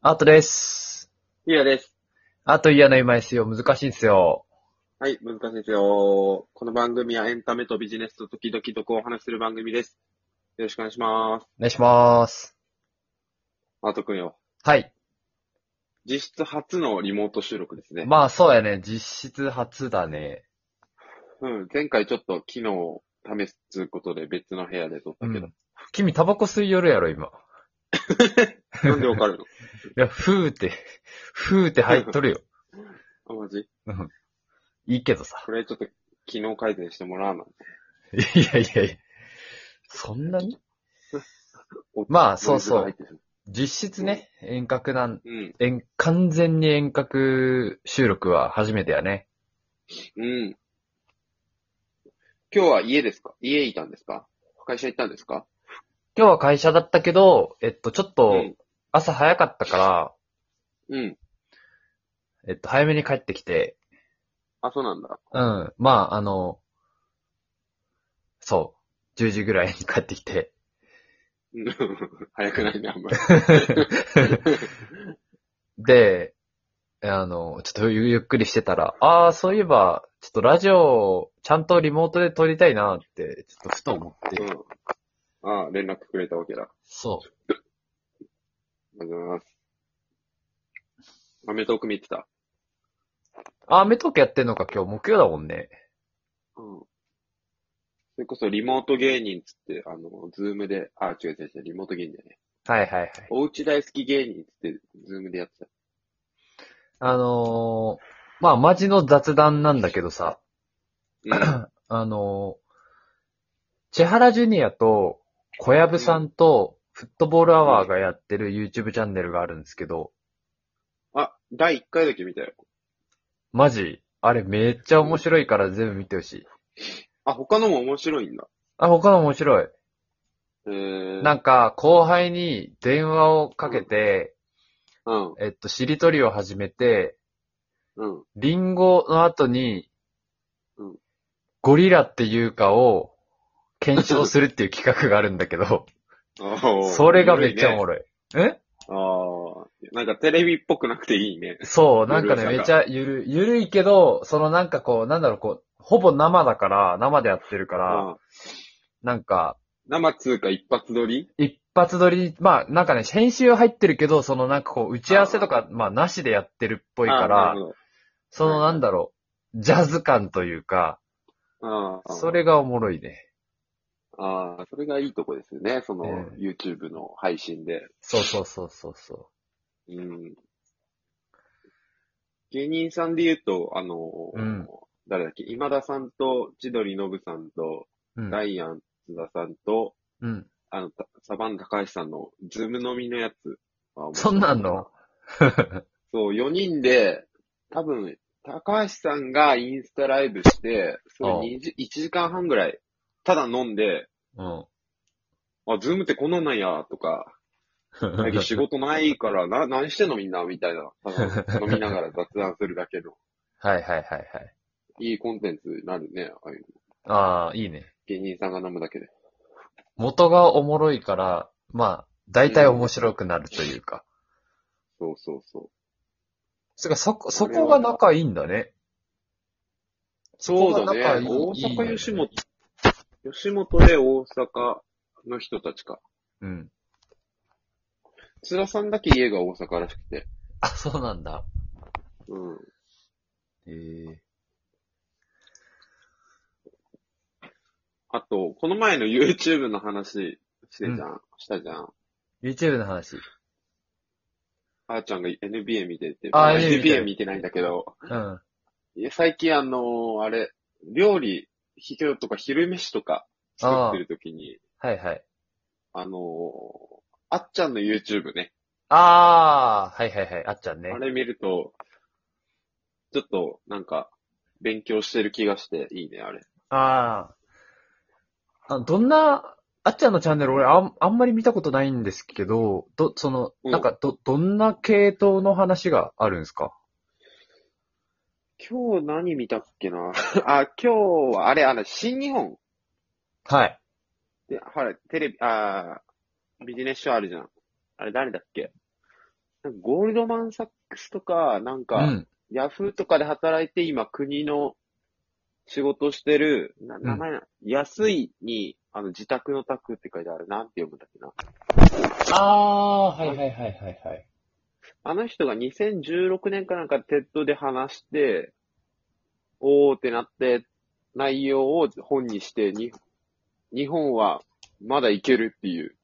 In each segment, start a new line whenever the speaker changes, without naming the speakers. アートです。
ゆうやです。
アート嫌な今ですよ。難しいんですよ。
はい、難しいですよ。この番組はエンタメとビジネスと時々どこをお話しする番組です。よろしくお願いします。
お願いします。
あとくんよ。
はい。
実質初のリモート収録ですね。
まあ、そうやね。実質初だね。
うん、前回ちょっと機能を試すつうことで別の部屋で撮った
う
けど
ん。。君、タバコ吸いよるやろ、今。
なんでわかる
い
の
や、ふーって、 ふーって入っとるよ。
あ、マジ
うんいいけどさ。
これちょっと機能改善してもらわない。
いやいやいや。そんなにまあそうそう
ノイズが入ってる
実質ね、遠隔なん、
うん、
遠、完全に遠隔収録は初めてやね。
うん。今日は家ですか家いたんですか会社行ったんですか
今日は会社だったけど、えっと、ちょっ
う
と
ん、
朝早かったか
うん。
ら、えっと、早めに帰ってきて、
あ、そうなんだ。
うん。まあ、あの、そう。10時ぐらいに帰ってき て。
うん 早くないね、あんまり。
で、あの、ちょっとゆゆっくりしてたら、ああ、そういえば、ちょっとラジオをちゃんとリモートで撮りたいなって、ちょっとふと思って。
うん。ああ、連絡くれたわけだ。あ
そう。
りがとうございます。アメトーク見てた。
ああ、メトークやってんのか今日木曜だもんね。
うん。それこそリモート芸人っつって、あの、ズームで、あ、違う違う違う、リモート芸人だよね。
はいはいはい。
おうち大好き芸人っつって、ズームでやってた。
あのーまあ、マジの雑談なんだけどさ、
うん。
あのー千原ジュニアと小籔さんとフットボールアワーがやってる YouTube チャンネルがあるんですけど、
あ、第1回だけ見たよ。
マジあれめっちゃ面白いから全部見てほしい。
あ、他のも面白いんだ。
あ、他の面白い。
えー、
なんか、後輩に電話をかけて、
うん、
えっと、しりとりを始めて、
うん、
リンゴの後に
うん、
ゴリラっていうかを検証するっていう企画があるんだけど、
おー
それがめっちゃおも
面
ろい。
白いねああ、なんかテレビっぽくなくていいね。
そう、なんかね、
ゆるさが
めちゃゆる、ゆるいけど、そのなんかこう、なんだろう、こう、ほぼ生だから、生でやってるから、
うん
なんか、
生通過一発撮り
一発撮り、まあなんかね、編集入ってるけど、そのなんかこう、打ち合わせとか、まあなしでやってるっぽいか
あーな
ら
る、ほど
そのなんだろう、ジャズ感というか、
あー
それがおもろいね。
ああ、それがいいとこですよね。その、
え
YouTube の配信で。
そうそうそうそうそ
うん。芸人さんで言うと、あの、
うん
誰だっけ、今田さんと、千鳥のぶさんと、
う。うん。
ダイアン津田さんと、
うん。
あの、たサバンナ高橋さんの、ズーム飲みのやつは面白
そ
い
んなんの
そう、4人で、多分、高橋さんがインスタライブして、それ
ああ
2時1時間半ぐらい、ただ飲んで、
うん。
あ、ズームってこんなんなんや、とか、最近仕事ないから、な、何してんのみんなみたいな。 ただ飲みながら雑談するだけの。
はいはいはいはい。
いいコンテンツになるね。ああいう
ああ、いいね。
芸人さんが飲むだけで。
元がおもろいから、まあ、大体面白くなるというか。
そうそうそ
つうか、そこ、そこが仲いいんだね。
う。そうだね。大阪吉本、吉本で大阪の人たちか。
うん。
津田さんだけ家が大阪らしくて。
あ、そうなんだ。
うん。
ええ。
あと、この前の YouTube の話してじゃん。したじゃん。
YouTube の話。
あーちゃんが NBA 見てて。
あー NBA 見て
NBA 見てないんだけど。
うん。
いや最近あのーあれ、料理、今日とか昼飯とか作ってるときに、
はいはい。
あのーあっちゃんの YouTube ね、
ああ、はいはいはい。あっちゃんね
あ。れ見ると、ちょっとなんか、勉強してる気がしていいね、あれ。
ああ。あ、どんな、あっちゃんのチャンネル俺あん、あんまり見たことないんですけど、ど、その、
うん
なんか、ど、どんな系統の話があるんですか
今日何見たっけな あ、今日は、あれ、あの、新日本
はい。
で、ほら、テレビ、あービジネスショーあるじゃん。あれ誰だっけなんかゴールドマンサックスとか、なん
う
か、
ん。
ヤフーとかで働いて今国の仕事してる、な名前な、安いに、あの、自宅の宅って書いてある。なんて読むんだっけな。
ああー、はいはいはいはいはい。
あの人が2016年かなんかテッドで話して、おーってなって、内容を本にして、に日本はまだいけるっていう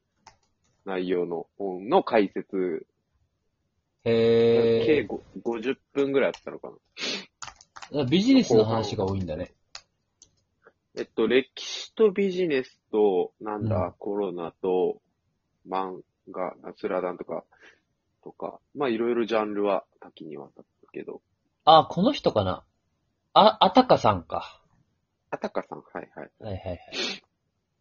内容の本の解説、
へ
計ご50分ぐらいあったのかな。
え。ビジネスの話が多いんだね。
えっと、歴史とビジネスと、なんだ、
うん
コロナと、漫画、スラダンとか、とか、まあいろいろジャンルは多岐にわたったけど、
あ、この人かな。あ、あたかさんか。
あたかさん、はいはい。
はいはいはい。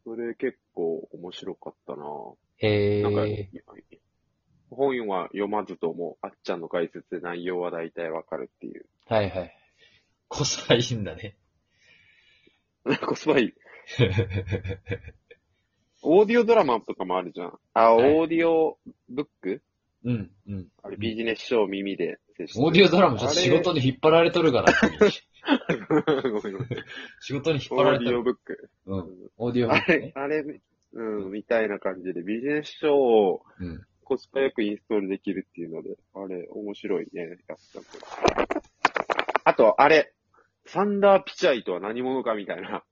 それ結構面白かったなぁ。
へ
なんか
え。、
本は読まずとも、あっちゃんの解説で内容は大体わかるっていう。
はいはい。コスパいいんだね。
コ スパいい。オーディオドラマとかもあるじゃん。あ、
はい
オーディオブック
うん、うん。
あれ、ビジネス書を耳で接してる
オーディオドラマちょっと仕事に引っ張られとるから。
あれ ごめんごめん
仕事に引っ
オ
張られ
ーデ
と
ィ
る。
オブック。
うん。オーディオブ
あ
ックね
れ、。あれ、うん、みたいな感じで、ビジネス書を
うん。
コスパよくインストールできるっていうので、あれ、面白いね、やったけどあと、あれ、サンダーピチャイとは何者かみたいな。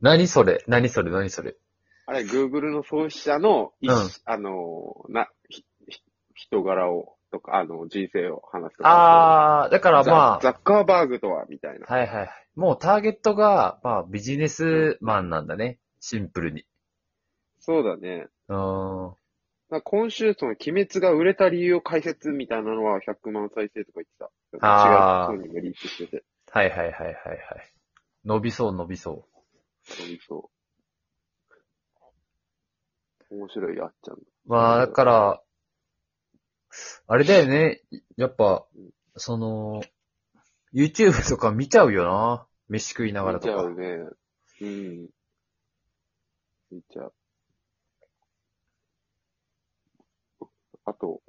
何それ何それ何それ
あれ、Google の創始者の一、
うん
あの、な、ひひ人柄を、とか、あの、人生を話すとか。あ
あー、だからま
ザザッカーバーグとは、みたいな。
あ、はいはい。もうターゲットが、まあビジネスマンなんだね。シンプルに。
そうだね。
うーん。
だから今週、その、鬼滅が売れた理由を解説みたいなのは100万再生とか言ってた。
あー
違う人にもリーチしてて。
はいはいはいはいはい。伸びそう伸びそ
そうそう。面白い、あっちゃん。
う。まあだから、あれだよね。やっぱ、その、YouTube とか見ちゃうよな。飯食いながら
見
と
ちゃ
か
う。ね。うん。見ちゃう。あと、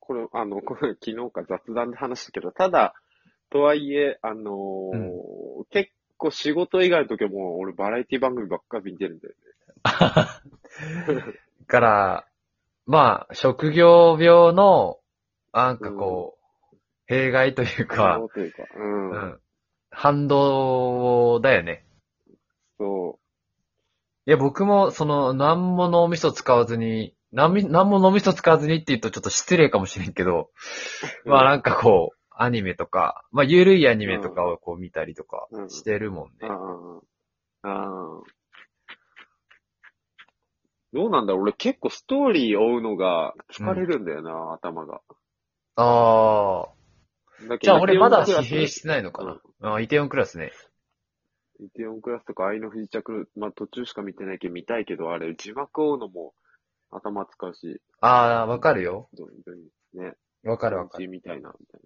これ、あの、これ昨日か雑談で話したけど、ただ、とはいえ、あの
う
ー
ん
結構仕事以外の時はもう俺バラエティ番組ばっかり見てるんだよ
から、まあ、職業病の、なんかこう、弊害という
ね。
か
そう、というか、
う
う。
んん、反動だよね。
そ
いや、僕も、その、何も脳みそ使わずに、何み何も脳みそ使わずにって言うとちょっと失礼かもしれんけど、
うん
まあなんかこう、アニメとか、まあゆるいアニメとかをこう見たりとか
うん
してるもんね。
う。ああ。ああ。どうなんだろう俺結構ストーリー追うのが疲れるんだよな、頭が。
ああ。
だけ
じ
ど
ゃあ俺まだ
イテウォ
疲
ンクラス
弊してないのかな。あイテオンクラスね。
イテオンクラスとか愛の不時着、まあ途中しか見てないけど見たいけど、あれ字幕追うのも頭使うし、
ああ、わかるよ。
どうどういうね。
わかるわかる。
みたいな、みたい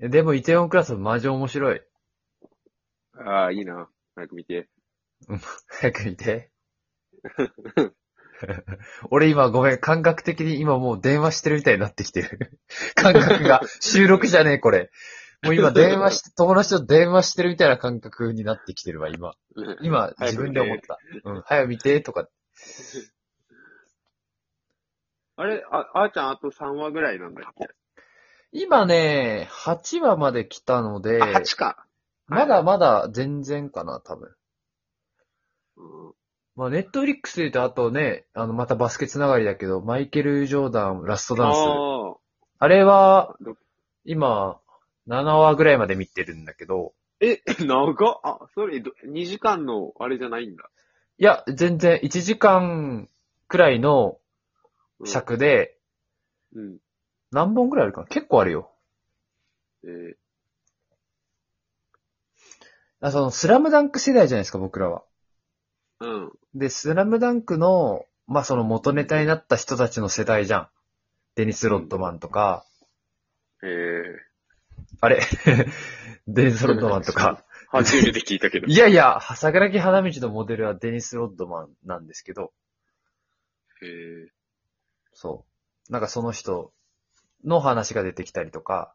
えでも、イテオンクラスマジ面白い。
な。ああ、いいな。早く見て。
早く見て。俺今ごめん、感覚的に今もう電話してるみたいになってきてる。感覚が、収録じゃねえ、これ。もう今電話して、友達と電話してるみたいな感覚になってきてるわ、今。今、
早
自
く
分
見
で
て
思った。うん、早く見て、とか。
あれ、あ、あーちゃんあと3話ぐらいなんだっけ、
今ね、8話まで来たので、
あ、8か。
まだまだ全然かな、多分。
うん。
まあ、ネットフリックスで言うと、あとね、あの、またバスケつながりだけど、マイケル・ジョーダン、ラストダンス。
あ
あれは、
あ。ど
今、7話ぐらいまで見てるんだけど、
え、長っあ、それ、ど2時間のあれじゃないんだ。
いや、全然1時間くらいの
うん
尺で、
うん。
何本くらいあるかな結構あるよ。
えー
あその、スラムダンク世代じゃないですか、僕らは。
うん。
で、スラムダンクの、まあ、その元ネタになった人たちの世代じゃん。デニス・ロッドマンとか、
えー。
あれ デニス・ロッドマンとか。
初めて聞いたけど。
いやいや、桜木花道のモデルはデニス・ロッドマンなんですけど、
へえ。
そう。なんかその人の話が出てきたりとか、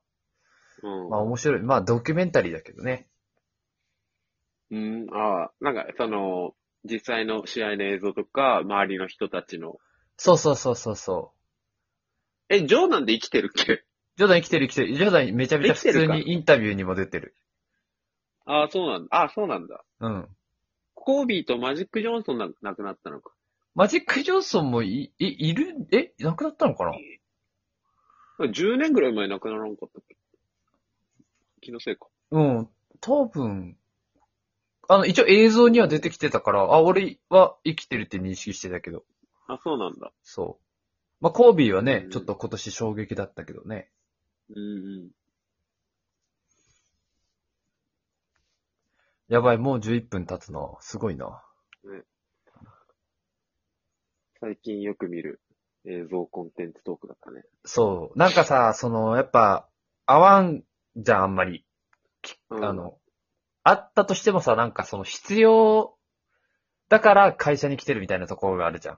うん。
まあ面白い。まあドキュメンタリーだけどね。
うん、ああ、なんか、その、実際の試合の映像とか、周りの人たちの。
そうそうそうそうそう。
え、ジョーなんで生きてるっけ
ジョーダン生きてる生きてる。ジョーダンめちゃめちゃ普
生きて
通
るか
にインタビューにも出てる。
ああ、そうなんだ。ああ、そうなんだ。
うん。
コービーとマジック・ジョンソンな、亡くなったのか。
マジック・ジョンソンもい、い、いる、え亡くなったのかな
10年ぐらい前亡くならんかったっけ気のせいか。
うん。多分、あの、一応映像には出てきてたから、あ、俺は生きてるって認識してたけど。
あ、そうなんだ。
そう。まあ、コービーはね、
うん
ちょっと今年衝撃だったけどね。
うんうん。
やばい、もう11分経つな。すごいな。
最近よく見る映像コンテンツトークだったね。
そう。なんかさ、その、やっぱ、合わんじゃん、あんまり。
うん
あ、の、あったとしてもさ、なんかその必要だから会社に来てるみたいなところがあるじゃん。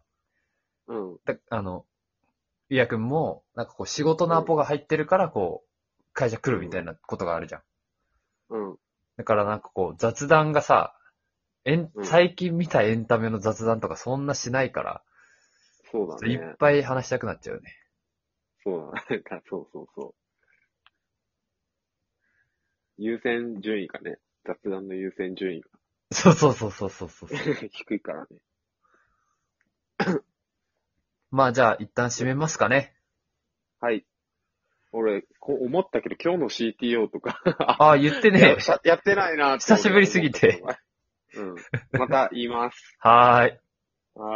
うん。
だあの、ゆうやくんも、なんかこう仕事のアポが入ってるから、こう、会社来るみたいなことがあるじゃん。
うん。
だからなんかこう、雑談がさ、エン
うん
最近見たエンタメの雑談とかそんなしないから、
そうだ
い
ね
っ。ぱい話したくなっちゃうね。
そうだね。そうそうそう。優先順位がね、雑談の優先順位が
そうそうそうそうそうそう。
低いからね。
まあじゃあ、一旦締めますかね。
はい。俺、こう思ったけど、今日の CTO とか、
ああ、言ってね
や。やってないなって
久しぶりすぎて。
うん。また言います。
はーい。
はい。